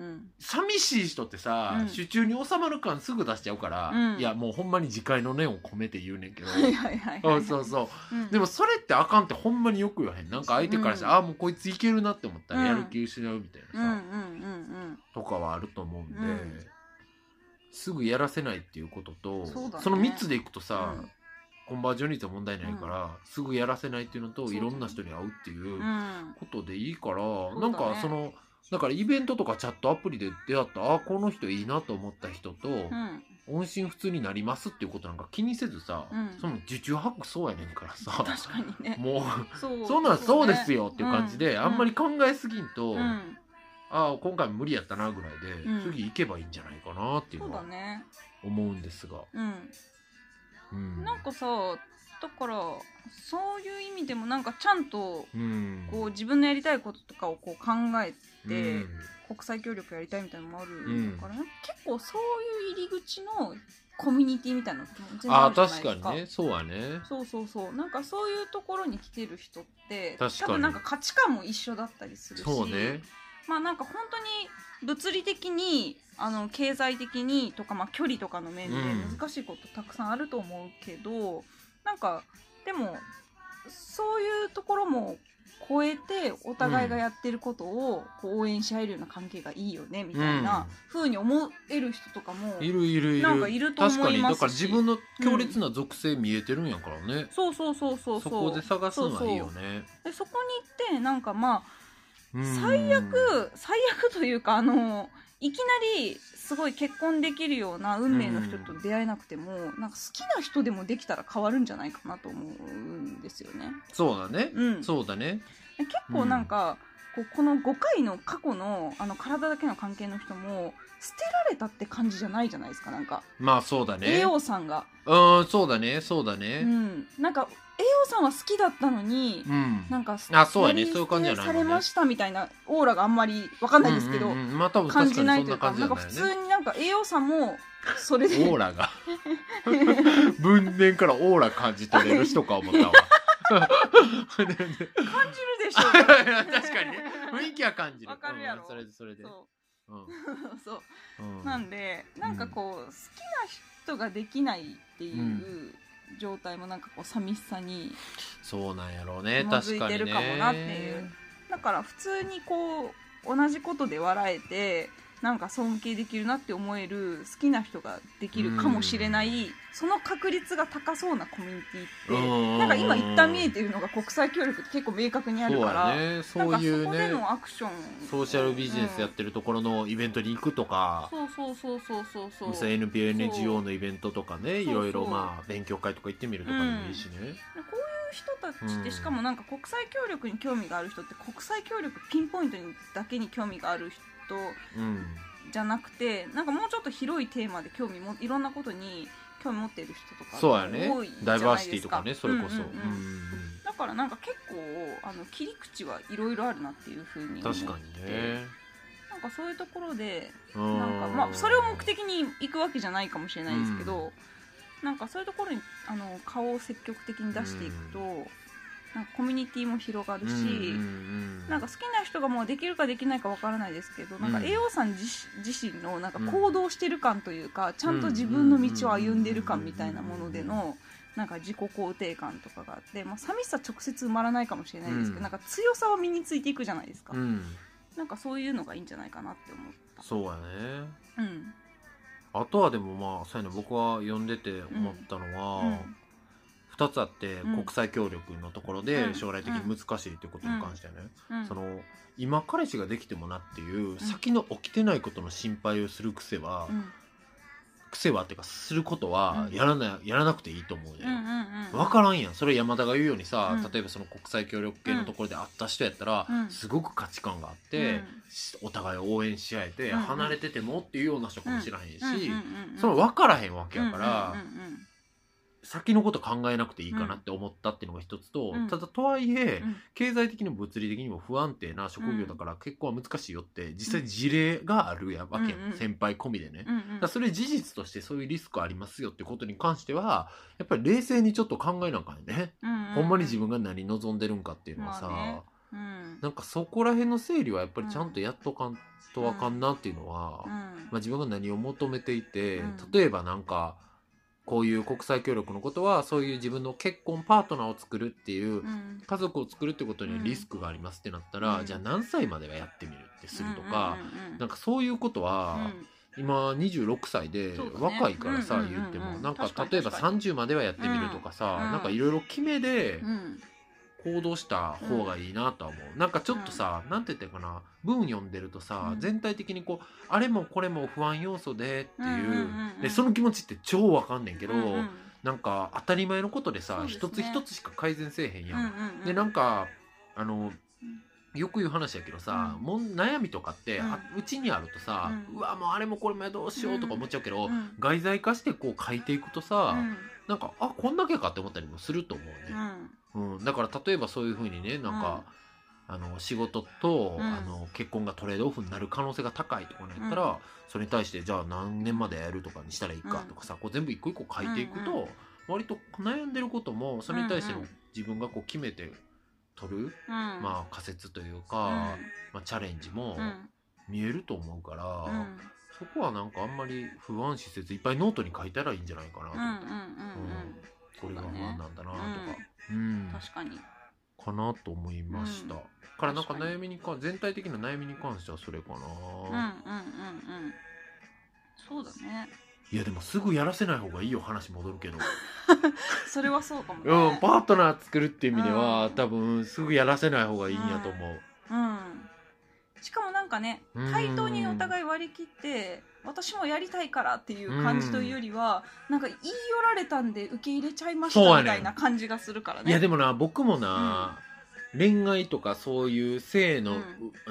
Speaker 1: ん
Speaker 3: 寂しい人ってさ、
Speaker 1: うん
Speaker 3: 手中に収まる感すぐ出しちゃうから、
Speaker 1: うん
Speaker 3: いやもうほんまに自戒の念を込めて言うねんけど
Speaker 1: [LAUGHS] うん。はいはいはいはい。
Speaker 3: あそうそう
Speaker 1: うん
Speaker 3: でもそれってあかんってほんまによく言わへんなんか相手からしたら、あもうこいついけるなって思ったら
Speaker 1: うん
Speaker 3: やる気失うみたい
Speaker 1: うん
Speaker 3: な
Speaker 1: うん
Speaker 3: さ、
Speaker 1: うん
Speaker 3: とかはあると思うんで、
Speaker 1: うん
Speaker 3: すぐやらせないっていうことと
Speaker 1: そうだね
Speaker 3: の3つでいくとさ、
Speaker 1: うん
Speaker 3: コンバージョン率は問題ないから、すぐやらせないっていうのと
Speaker 1: そうだ
Speaker 3: い
Speaker 1: ね。
Speaker 3: ろんな人に会うっていううん
Speaker 1: うん。
Speaker 3: ことでいいから、
Speaker 1: うだ
Speaker 3: なん
Speaker 1: ね
Speaker 3: かそのだからイベントとかチャットアプリで出会ったあこの人いいなと思った人と、
Speaker 1: うん。
Speaker 3: 音信不通になりますっていうことなんか気にせずさ、
Speaker 1: うん
Speaker 3: その受注ハックそうやねんからさ
Speaker 1: 確かにね。
Speaker 3: も
Speaker 1: そう
Speaker 3: うそんなんそうです
Speaker 1: よ。
Speaker 3: よっていう感じで、
Speaker 1: うん
Speaker 3: あんまり考えすぎんと、
Speaker 1: う
Speaker 3: あ
Speaker 1: ん。
Speaker 3: あ今回無理やったなぐらいで、
Speaker 1: うん
Speaker 3: 次行けばいいんじゃないかなっていう
Speaker 1: そう
Speaker 3: の
Speaker 1: だ
Speaker 3: は
Speaker 1: ね。
Speaker 3: 思うんですが、
Speaker 1: うん。
Speaker 3: うん
Speaker 1: なんかさ、だからそういう意味でもなんかちゃんと
Speaker 3: うん
Speaker 1: こう自分のやりたいこととかをこう考えて。
Speaker 3: うん
Speaker 1: 国際協力やりたいみたいなのもある
Speaker 3: ん
Speaker 1: から、結構そういう入り口のコミュニティみたいなのって全然
Speaker 3: あ
Speaker 1: あ
Speaker 3: あ
Speaker 1: るじゃない
Speaker 3: 確
Speaker 1: で
Speaker 3: か
Speaker 1: す
Speaker 3: に
Speaker 1: か。
Speaker 3: ねそうやね
Speaker 1: そうそうそうなんかそういうところに来てる人って
Speaker 3: 確かに
Speaker 1: 多分なんか価値観も一緒だったりするし
Speaker 3: そうね
Speaker 1: まあなんか本当に物理的にあの経済的にとか、まあ、距離とかの面で
Speaker 3: うん
Speaker 1: 難しいことたくさんあると思うけど、なんかでもそういうところも超えてお互いがやってることをこう応援し合えるような関係がいいよねみたいな風に思える人とかも、
Speaker 3: いるいるいる
Speaker 1: なんかいると思いま
Speaker 3: 確かにだ
Speaker 1: すし
Speaker 3: から自分の強烈な属性見えてるんやからね、
Speaker 1: そうそうそうそう
Speaker 3: そ
Speaker 1: そう
Speaker 3: こで探すのはいいよね。
Speaker 1: でそこに行ってなんかまあ
Speaker 3: うん
Speaker 1: 最悪最悪というかあのいきなりすごい結婚できるような運命の人と出会えなくても、なんか好きな人でもできたら変わるんじゃないかなと思うんですよね。
Speaker 3: そうだね、
Speaker 1: うん、で
Speaker 3: そうだね。
Speaker 1: 結構なんか、こうこの5回の過去のあの体だけの関係の人も捨てられたって感じじゃないじゃないですかなんか、
Speaker 3: まあそうだね。
Speaker 1: AO さんが、
Speaker 3: うん、そうだね、そうだ
Speaker 1: う
Speaker 3: ね。
Speaker 1: ん、なんか AO さんは好きだったのに、
Speaker 3: うん。
Speaker 1: なんか
Speaker 3: あそうやね
Speaker 1: やり
Speaker 3: そういう感じじゃないも
Speaker 1: さ
Speaker 3: んね
Speaker 1: れましたみたいなオーラがあんまりわかんないですけ
Speaker 3: う
Speaker 1: ど、
Speaker 3: んうんうんまあ多分
Speaker 1: 感
Speaker 3: 確か
Speaker 1: じ
Speaker 3: に
Speaker 1: な
Speaker 3: そ
Speaker 1: い
Speaker 3: ん
Speaker 1: とい
Speaker 3: な
Speaker 1: うか
Speaker 3: 感
Speaker 1: な
Speaker 3: じじゃないよ
Speaker 1: んか普
Speaker 3: ね。
Speaker 1: 通になんか栄養さもそれで
Speaker 3: オーラが文面からオーラ感じ取れる人か思
Speaker 1: [LAUGHS]
Speaker 3: ったわ。感じるでし
Speaker 1: 感じるでしょ
Speaker 3: ょ確
Speaker 1: [LAUGHS]
Speaker 3: かにね雰囲気は感じる。
Speaker 1: わかるやろ
Speaker 3: うんそれでそれで。
Speaker 1: そううそう、
Speaker 3: んうん
Speaker 1: なんでなんかこう、好きな人ができないっていう、状態もなんかこう寂しさに
Speaker 3: そうなんやろうね
Speaker 1: 紐づ
Speaker 3: 確
Speaker 1: い
Speaker 3: か
Speaker 1: て
Speaker 3: にね。
Speaker 1: るかもなっていうだから普通にこう同じことで笑えてなんか尊敬できるなって思える好きな人ができるかもしれない、その確率が高そうなコミュニティって、
Speaker 3: う
Speaker 1: なんか今一旦見えてるのが国際協力って結構明確にあるから、
Speaker 3: そうやね、
Speaker 1: なん
Speaker 3: そ
Speaker 1: か
Speaker 3: ういう
Speaker 1: そこで
Speaker 3: ね。
Speaker 1: のアクション
Speaker 3: ソーシャルビジネスやってるところのイベントに行くとか、
Speaker 1: うんそうそうそうそうそう
Speaker 3: そ
Speaker 1: そううで
Speaker 3: NPO、
Speaker 1: そ
Speaker 3: NGO
Speaker 1: う
Speaker 3: のイベントとかね、い
Speaker 1: そうそう
Speaker 3: ろいろまあ勉強会とか行ってみるとかでもいいしね。
Speaker 1: こういう人たちっ
Speaker 3: う
Speaker 1: て
Speaker 3: ん
Speaker 1: しかもなんか国際協力に興味がある人って国際協力ピンポイントにだけに興味がある人
Speaker 3: うん。
Speaker 1: じゃなくてなんかもうちょっと広いテーマで興味もいろんなことに興味持っている人とか
Speaker 3: そうやね
Speaker 1: 多いじ。ゃ
Speaker 3: ダ
Speaker 1: ないですか
Speaker 3: イバーシティとかね、それこそ。
Speaker 1: うんうんうんだからなんか結構あの切り口はいろいろあるなっていうふう
Speaker 3: う
Speaker 1: に
Speaker 3: ん
Speaker 1: 思っ
Speaker 3: 確かにね。
Speaker 1: なんかそういうところで
Speaker 3: な
Speaker 1: なんかまあそれを目的に行くわけじゃないかもしれないですけど、なんかそういうところにあの顔を積極的に出していくと、
Speaker 3: う
Speaker 1: なんかコミュニティも広がるし、なんか好きな人がもうできるかできないかわからないですけど、なんか
Speaker 3: うん
Speaker 1: 栄養さん自自身のなんか
Speaker 3: うん
Speaker 1: 行動してる感というか、ちゃんと自分の道を歩んでる感みたいなもので
Speaker 3: うん
Speaker 1: の。なんか自己肯定感とかがあって、まあ、寂しさ直接埋まらないかもしれないですけど、
Speaker 3: うん
Speaker 1: なんか強さは身についていくじゃないですか、
Speaker 3: うん、
Speaker 1: なんかそういうのがいいんじゃないかなって思った
Speaker 3: そうやね。
Speaker 1: うん
Speaker 3: あとはでもまあ、そうやね、僕は読んでて思ったの
Speaker 1: う
Speaker 3: は
Speaker 1: ん、
Speaker 3: 二つあって、
Speaker 1: うん
Speaker 3: 国際協力のところ
Speaker 1: う
Speaker 3: で
Speaker 1: ん
Speaker 3: 将来的に難しいということに関してはね。
Speaker 1: うん
Speaker 3: その今彼氏ができてもなっていう先の起きてないことの心配をする癖は、
Speaker 1: うん
Speaker 3: 癖はっていうかすることは
Speaker 1: うん
Speaker 3: やらない、やらなくていいと思うね、
Speaker 1: うんうんうん、
Speaker 3: 分からんやんそれ山田が言うようにさ、
Speaker 1: うん
Speaker 3: 例えばその国際協力系のところで会った人やったら、
Speaker 1: うん
Speaker 3: すごく価値観があって、しお互いを応援し合えて、
Speaker 1: うん
Speaker 3: 離れててもっていうような人かもしれへんし、
Speaker 1: うんうんうん、
Speaker 3: その分からへんわけやから、
Speaker 1: うんうんうん
Speaker 3: 先のこと考えなくていいかなって思ったっていうのが一つと、
Speaker 1: うん
Speaker 3: ただとはいえ、
Speaker 1: うん
Speaker 3: 経済的にも物理的にも不安定な職業だから結婚は難しいよって実際事例があるやわけやん、
Speaker 1: うんうん
Speaker 3: 先輩込みでね。
Speaker 1: うん
Speaker 3: だからそれ事実としてそういうリスクありますよってことに関してはやっぱり冷静にちょっと考えなあかんよね、
Speaker 1: うん、
Speaker 3: ほんまに自
Speaker 1: 分
Speaker 3: 分が何望んでるんかっていうのはさ、
Speaker 1: まあねうん
Speaker 3: なんかそこら辺の整理はやっぱりちゃんとやっとかんとあかんなっていうのは、
Speaker 1: う
Speaker 3: ま
Speaker 1: ん
Speaker 3: あ、自分が何を求めていて、
Speaker 1: うん
Speaker 3: 例えばなんかこういう国際協力のことはそういう自分の結婚パートナーを作るっていう
Speaker 1: うん
Speaker 3: 家族を作るってことにはリスクがありますってなったら、
Speaker 1: うん
Speaker 3: じゃあ何歳まではやってみるってするとか、
Speaker 1: うんうんうんうん
Speaker 3: なんかそういうことは、今26歳で
Speaker 1: そうだね
Speaker 3: 若いからさ、
Speaker 1: うんうんうんうん
Speaker 3: 言ってもなんか
Speaker 1: 確かに
Speaker 3: 例えば
Speaker 1: 確かに
Speaker 3: 30まではやってみるとかさ、
Speaker 1: うんうん
Speaker 3: なんかいろいろ決めで
Speaker 1: うんうん
Speaker 3: 行動した方がいいなとは思う、なんかちょっとさ、なんて言ったらいいかな文読んでるとさ、
Speaker 1: うん
Speaker 3: 全体的にこうあれもこれも不安要素でっていう,、
Speaker 1: うんうんうんうん
Speaker 3: でその気持ちって超わかんねんけど、
Speaker 1: うんうん
Speaker 3: なんか当たり前のことでさ
Speaker 1: そうですね
Speaker 3: 一つ一つしか改善せえへんやん。
Speaker 1: うんうん
Speaker 3: でなんかあのよく言う話やけどさ、
Speaker 1: うん
Speaker 3: もん悩みとかって、あうちにあるとさ、
Speaker 1: う
Speaker 3: うんわもうあれもこれもどうしようとか思っちゃうけど、
Speaker 1: うん
Speaker 3: 外在化してこう書いていくとさ、
Speaker 1: うん
Speaker 3: なんかあこんだけかって思ったりもすると思う
Speaker 1: う
Speaker 3: ね、
Speaker 1: ん
Speaker 3: うんだから例えばそういうふうにねなんか、あの仕事と、
Speaker 1: うん
Speaker 3: あの結婚がトレードオフになる可能性が高いとかねやったら、
Speaker 1: うん
Speaker 3: それに対してじゃあ何年までやるとかにしたらいいかとかさ、こう全部一個一個書いていくと、
Speaker 1: うんうん
Speaker 3: 割と悩んでることもそれに対して
Speaker 1: う
Speaker 3: の
Speaker 1: んうん
Speaker 3: 自分がこう決めて取る、
Speaker 1: うん
Speaker 3: まあ、仮説という
Speaker 1: あ
Speaker 3: か、まあ、チャレンジも見えると思うから、そこはなんかあんまり不安視せずいっぱいノートに書いたらいいんじゃないかなと思って、これが不安なんだなとか、うん
Speaker 1: 確かに
Speaker 3: かなと思いました、
Speaker 1: うん
Speaker 3: からなんか
Speaker 1: 確かに
Speaker 3: 悩みに関全体的な悩みに関してはそれかな、
Speaker 1: うんうんうんうんそうだね
Speaker 3: いやでもすぐやらせない方がいいよ話戻るけど、
Speaker 1: それはそうかもね
Speaker 3: うん、パートナー作るっていう意味では、
Speaker 1: うん
Speaker 3: 多分すぐやらせない方がいいんやと思う、
Speaker 1: うんしかもなんかね
Speaker 3: うん
Speaker 1: 対等にお互い割り切って私もやりたいからっていう感じというよりはなんか言い寄られたんで受け入れちゃいまし
Speaker 3: そうや
Speaker 1: た
Speaker 3: ね
Speaker 1: みたいな感じがするからね
Speaker 3: いやでもな僕もな、恋愛とかそういう性の、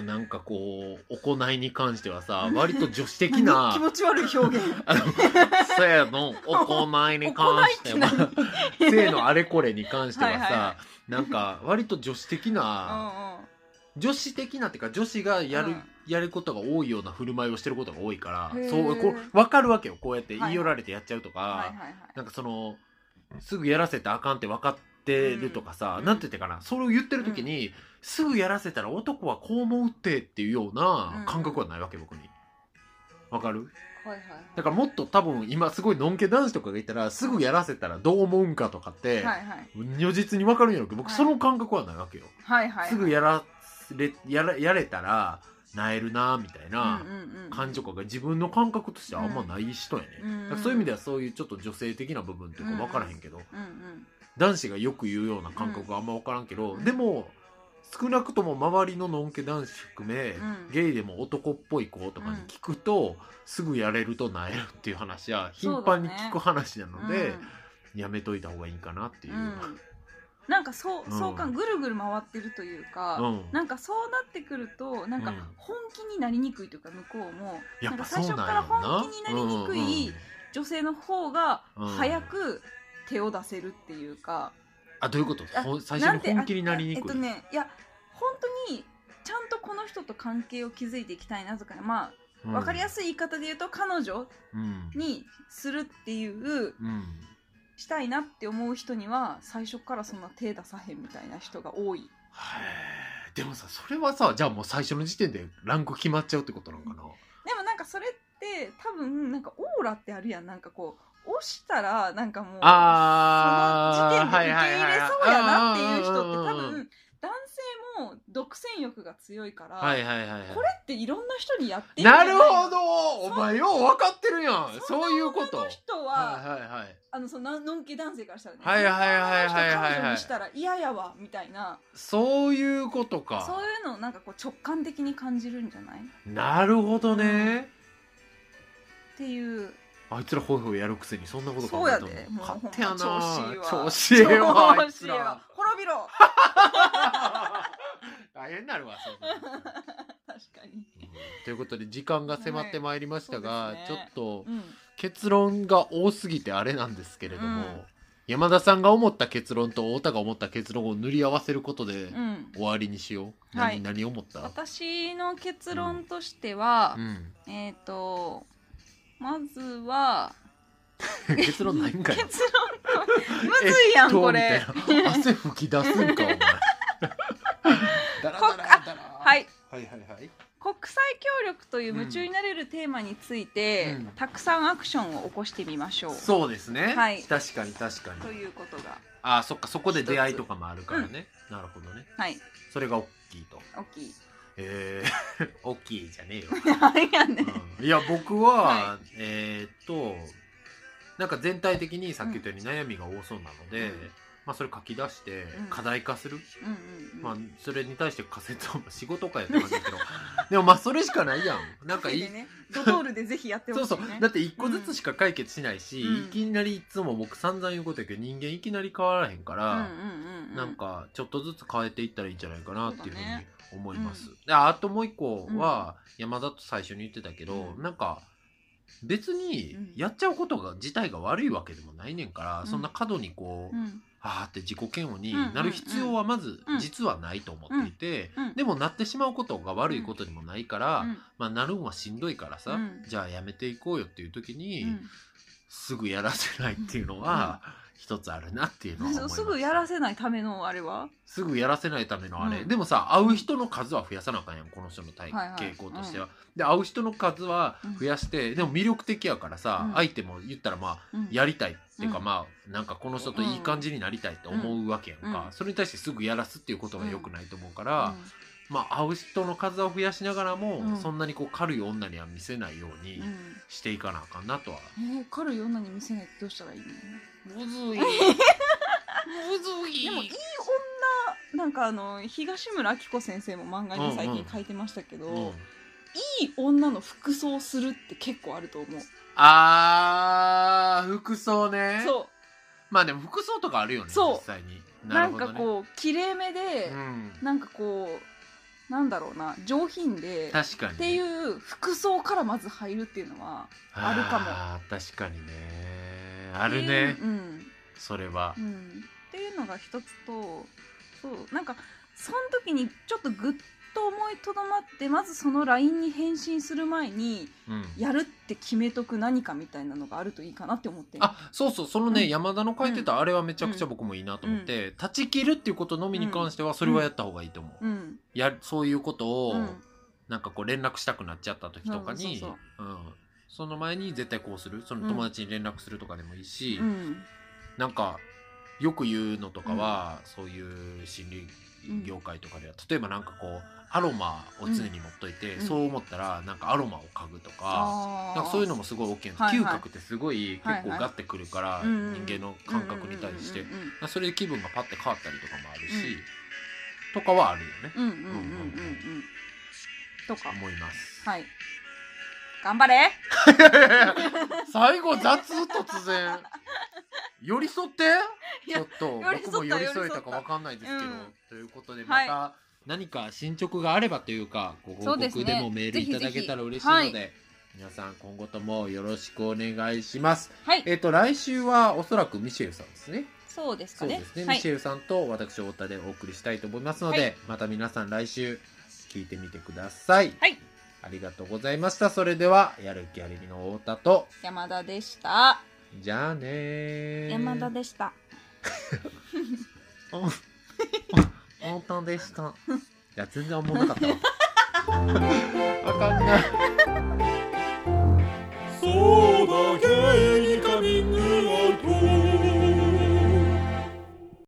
Speaker 3: なんかこう行いに関してはさ割と女子的
Speaker 1: [LAUGHS] 何気
Speaker 3: な
Speaker 1: 持ち悪い表現
Speaker 3: あの性の行いに関して
Speaker 1: [LAUGHS] 行い
Speaker 3: は [LAUGHS] 性のあれこれに関してはさ
Speaker 1: はいはいは
Speaker 3: なんか割と女子的な、女子的なっていうか女子がやる、
Speaker 1: うん
Speaker 3: やることが多いような振る舞いをしてることが多いか
Speaker 1: へ
Speaker 3: ら
Speaker 1: ー
Speaker 3: そうこう分かるわけよこうやって
Speaker 1: はい
Speaker 3: 言い寄られてやっちゃうとか、
Speaker 1: はいはいはい
Speaker 3: なんかそのすぐやらせたらあかんって分かってるとかさ、
Speaker 1: うん
Speaker 3: なんて言ってかなそれを言ってる時に、すぐやらせたら男はこう思うってっていうような感覚はないわけ僕に。わかる
Speaker 1: はいはいはい
Speaker 3: だからもっと多分今すごいのんけ男子とかがいたらすぐやらせたらどう思うんかとかって、
Speaker 1: はいはい
Speaker 3: 如実に分かるんやろうけど僕
Speaker 1: はい
Speaker 3: その感覚はないわけよ。
Speaker 1: はいはい
Speaker 3: すぐやられやらやれたらなえるなみたいな感情
Speaker 1: が
Speaker 3: が自分の感覚としてはあんまない人やね、
Speaker 1: うんうん
Speaker 3: だからそういう意味ではそういうちょっと女性的な部分というか分からへんけど、
Speaker 1: うんうん
Speaker 3: 男子がよく言うような感覚はあんま分からんけど、
Speaker 1: うん
Speaker 3: でも少なくとも周りののんけ男子含め、
Speaker 1: うん
Speaker 3: ゲイでも男っぽい子とかに聞くと、すぐやれるとなえるっていう話は頻繁に聞く話なので、やめといた方がいいかなっていう。
Speaker 1: うんうんなんかそううんそうかぐるぐる回ってるというか、
Speaker 3: うん
Speaker 1: なんかそうなってくるとなんか
Speaker 3: うん
Speaker 1: 本気になりにくいというか向こうも
Speaker 3: や
Speaker 1: な
Speaker 3: っ
Speaker 1: ん
Speaker 3: ぱ
Speaker 1: か
Speaker 3: そう
Speaker 1: 最初
Speaker 3: なん
Speaker 1: か
Speaker 3: や
Speaker 1: ら
Speaker 3: ろな
Speaker 1: 本気になりにくい女性の方が
Speaker 3: うん
Speaker 1: 早く手を出せるっていうか、
Speaker 3: あどういうこと
Speaker 1: あ
Speaker 3: ほん最初に本気になりに
Speaker 1: ん
Speaker 3: くい
Speaker 1: てあえっとねいや本当にちゃんとこの人と関係を築いていきたいなとかまあ分かりや
Speaker 3: い、
Speaker 1: すい言い方で言うと彼女
Speaker 3: うん
Speaker 1: にするっていう
Speaker 3: うん
Speaker 1: したいなって思う人には最初からそんな手出さへんみたいな人が多い
Speaker 3: へーでもさそれはさじゃあもう最初の時点でランク決まっちゃうってことなのかな
Speaker 1: でもなんかそれって多分なんかオーラってあるやんなんかこう押したらなんかもう
Speaker 3: あー
Speaker 1: その時点で受け入れそうやなっていう人って
Speaker 3: はい
Speaker 1: 多
Speaker 3: はいはいはい
Speaker 1: 分男性も独占欲が強いから、
Speaker 3: はいはいはいはい
Speaker 1: これっていろんな人にやってんじゃ
Speaker 3: な
Speaker 1: ない
Speaker 3: るほどお前よう分かってるやんそういうこと
Speaker 1: こ
Speaker 3: は
Speaker 1: の
Speaker 3: い
Speaker 1: 人は、
Speaker 3: はいはい
Speaker 1: あのそののんけ男性からしたらね
Speaker 3: はいはいはいはいはいはい
Speaker 1: この人彼女にしたら嫌やわみたいな
Speaker 3: そういうことか
Speaker 1: そういうのをなんかこう直感的に感じるんじゃないっ
Speaker 3: なるほどね、
Speaker 1: ていう
Speaker 3: あいつらホイホイやるくせにそんなこと
Speaker 1: そう
Speaker 3: 考え
Speaker 1: や
Speaker 3: たの
Speaker 1: でもうほ
Speaker 3: 勝
Speaker 1: んま
Speaker 3: 手やな
Speaker 1: 調
Speaker 3: 調
Speaker 1: 子
Speaker 3: 子え
Speaker 1: いいわ
Speaker 3: えわあい
Speaker 1: 調子
Speaker 3: つ
Speaker 1: いいわ
Speaker 3: ら
Speaker 1: 滅
Speaker 3: [LAUGHS]
Speaker 1: びろ
Speaker 3: 大変になるわそうそうそう
Speaker 1: 確か
Speaker 3: う
Speaker 1: に
Speaker 3: んということで時間が迫ってまいりましたが、
Speaker 1: はいそう
Speaker 3: ちょ
Speaker 1: です
Speaker 3: っ
Speaker 1: ね
Speaker 3: と
Speaker 1: うん
Speaker 3: 結論が多すぎてあれなんですけれども、
Speaker 1: うん
Speaker 3: 山田さんが思った結論と太田が思った結論を塗り合わせることで
Speaker 1: うん
Speaker 3: 終わりにしよう、
Speaker 1: はい
Speaker 3: 何何思った、
Speaker 1: 私の結論としては
Speaker 3: う、ん、 [LAUGHS]
Speaker 1: えっ、とまずは
Speaker 3: 結論ないんかい
Speaker 1: 結論と
Speaker 3: [LAUGHS]
Speaker 1: [LAUGHS] むずいやんこれ [LAUGHS]
Speaker 3: えっとみたいな汗吹き出すんかお前だら
Speaker 1: こっ
Speaker 3: だらだら
Speaker 1: はい
Speaker 3: はいはいはい
Speaker 1: 国際協力という夢中になれるテーマについて、
Speaker 3: うん
Speaker 1: たくさんアクションを起こしてみましょう。
Speaker 3: そうですね、
Speaker 1: はい
Speaker 3: 確かに確かに
Speaker 1: ということが、
Speaker 3: あーそっかそこで出会いとかもあるからね、なるほどね
Speaker 1: はい、
Speaker 3: それが大きいと
Speaker 1: 大きい。 [LAUGHS]
Speaker 3: えー、 [LAUGHS] 大きいじゃねえよ、
Speaker 1: なんや [LAUGHS] ねん。
Speaker 3: うんいや僕は、
Speaker 1: は
Speaker 3: えーっとなんか全体的にさっき言ったように悩みが多そうなので、
Speaker 1: うん
Speaker 3: まあ、それ書き出して
Speaker 1: うん
Speaker 3: 課題化する、
Speaker 1: うんうんうん。
Speaker 3: まあ、それに対して仮説を [LAUGHS] 仕事かやって感じだけ
Speaker 1: [LAUGHS]
Speaker 3: どでもまあそれしかないやんなんかいい、
Speaker 1: でね、ドトールでぜひやってほ
Speaker 3: そ
Speaker 1: し
Speaker 3: う
Speaker 1: い、ね。
Speaker 3: そうだって一個ずつしか解決しないし、
Speaker 1: うん
Speaker 3: いきなりいつも僕散々言うことやけど人間いきなり変わらへんか
Speaker 1: うん
Speaker 3: ら、
Speaker 1: うんうん。
Speaker 3: なん。かちょっとずつ変えていったらいいんじゃないかなっていうふう
Speaker 1: そうだね
Speaker 3: に思います。
Speaker 1: う
Speaker 3: であともう一個は山田と最初に言ってたけど、
Speaker 1: うん
Speaker 3: なんか別に
Speaker 1: うん
Speaker 3: やっちゃうことが自体が悪いわけでもないねんから、
Speaker 1: うん
Speaker 3: そんな過度にこう、
Speaker 1: うん
Speaker 3: あーって自己嫌悪に
Speaker 1: うんうんうん
Speaker 3: なる必要はまず
Speaker 1: うん
Speaker 3: 実はないと思っていて、
Speaker 1: うん。
Speaker 3: でもなってしまうことが悪いことにもないから、
Speaker 1: うん
Speaker 3: まあ、なるんはしんどいからさ、
Speaker 1: うん
Speaker 3: じゃあやめていこうよっていう時に、
Speaker 1: うん
Speaker 3: すぐやらせないっていうのは一つあるなっていうのは思い
Speaker 1: そう
Speaker 3: ます。
Speaker 1: すぐやらせないためのあれは
Speaker 3: すぐやらせないためのあれ、
Speaker 1: うん
Speaker 3: でもさ会う人の数は増やさなあかんやんこの人の体、
Speaker 1: はいはい
Speaker 3: 傾向としては、で会う人の数は増やして、でも魅力的やからさ、
Speaker 1: うん
Speaker 3: 相手も言ったらまあ
Speaker 1: うん
Speaker 3: やりたいっていうか、
Speaker 1: うん
Speaker 3: まあなんかこの人といい感じになりたいって思うわけやんか、
Speaker 1: うん
Speaker 3: それに対してすぐやらすっていうことが良くないと思うから、まあ会う人の数は増やしながらも、
Speaker 1: うん
Speaker 3: そんなにこう軽い女には見せないように
Speaker 1: うんうん
Speaker 3: していかなあかんなとは、
Speaker 1: えー、軽い女に見せないってどうしたらいいの
Speaker 3: むず [LAUGHS] いむずい
Speaker 1: でもいい女なんかあの東村明子先生も漫画に最近書いてましたけど、
Speaker 3: うん
Speaker 1: いい女の服装するって結構あると思う
Speaker 3: あー服装ね
Speaker 1: そ
Speaker 3: まあでも服装とかあるよね
Speaker 1: そう
Speaker 3: 実際に
Speaker 1: うなん
Speaker 3: る
Speaker 1: か
Speaker 3: ほどね
Speaker 1: こう綺麗めで、
Speaker 3: うん、
Speaker 1: なんかこうなんだろうな上品でっ
Speaker 3: 確かにね、
Speaker 1: ていうう服装からまず入るっていうのはあるかも
Speaker 3: も確かにねあるね、
Speaker 1: うんうん
Speaker 3: それは
Speaker 1: うんっていうのが一つとそうなんかその時にちょっとぐっと思いとどまってまずその LINE に返信する前に
Speaker 3: うん
Speaker 1: やるって決めとく何かみたいなのがあるといいかなって思って
Speaker 3: あそうそうそのね、
Speaker 1: うん
Speaker 3: 山田の書いてたあれはめちゃくちゃ僕もいいなと思って、断ち切るっていうことのみに関してはそれはやった方がいいと思う、
Speaker 1: うん
Speaker 3: やそういうことを、
Speaker 1: うん
Speaker 3: なんかこう連絡したくなっちゃった時とかに
Speaker 1: そうそう
Speaker 3: うん、その前に絶対こうするその友達に連絡するとかでもいいし、
Speaker 1: うん
Speaker 3: なんかよく言うのとかは、そういう心理業界とかでは例えばなんかこうアロマを常に持っといて、
Speaker 1: うん
Speaker 3: そう思ったらなんかアロマを嗅ぐとか,、
Speaker 1: あー
Speaker 3: なんかそういうのもすごい大きいんです、
Speaker 1: はいはい
Speaker 3: 嗅覚ってすごい
Speaker 1: はいは
Speaker 3: 結
Speaker 1: い
Speaker 3: 構ガッてくるから、
Speaker 1: うんうんうん
Speaker 3: 人間の感覚に対して、
Speaker 1: うん
Speaker 3: それで気分がパッて変わったりとかもあるし、とかはあるよね、
Speaker 1: うんうんうんうんうんうんうんうんとか
Speaker 3: 思います。
Speaker 1: はい頑張れ [LAUGHS]
Speaker 3: 最後雑突然寄り添ってちょっと
Speaker 1: 寄り添った
Speaker 3: 僕も寄り添えたかわかんないですけど、
Speaker 1: 寄り
Speaker 3: ということでま
Speaker 1: はい
Speaker 3: た何か進捗があればというかご
Speaker 1: そ
Speaker 3: 報
Speaker 1: うです
Speaker 3: 告
Speaker 1: ね
Speaker 3: でもメールいただけたら嬉しいので
Speaker 1: ぜひぜ
Speaker 3: 皆さん今後ともよろしくお願いします
Speaker 1: はい
Speaker 3: えっ、と来週はおそらくミシェルさんですね
Speaker 1: そうです
Speaker 3: そ
Speaker 1: か
Speaker 3: う
Speaker 1: ね
Speaker 3: ですね、
Speaker 1: は
Speaker 3: ミシ
Speaker 1: い
Speaker 3: ェルさんと私太田でお送りしたいと思いますので、
Speaker 1: はい
Speaker 3: また皆さん来週聞いてみてください、
Speaker 1: はい
Speaker 3: ありがとうございましたそれではやる気ありみの太田と
Speaker 1: 山田でした
Speaker 3: じゃあねー
Speaker 1: 山田でした
Speaker 3: [LAUGHS] 本当でした。いや、全然思わなかったわ。あかんな。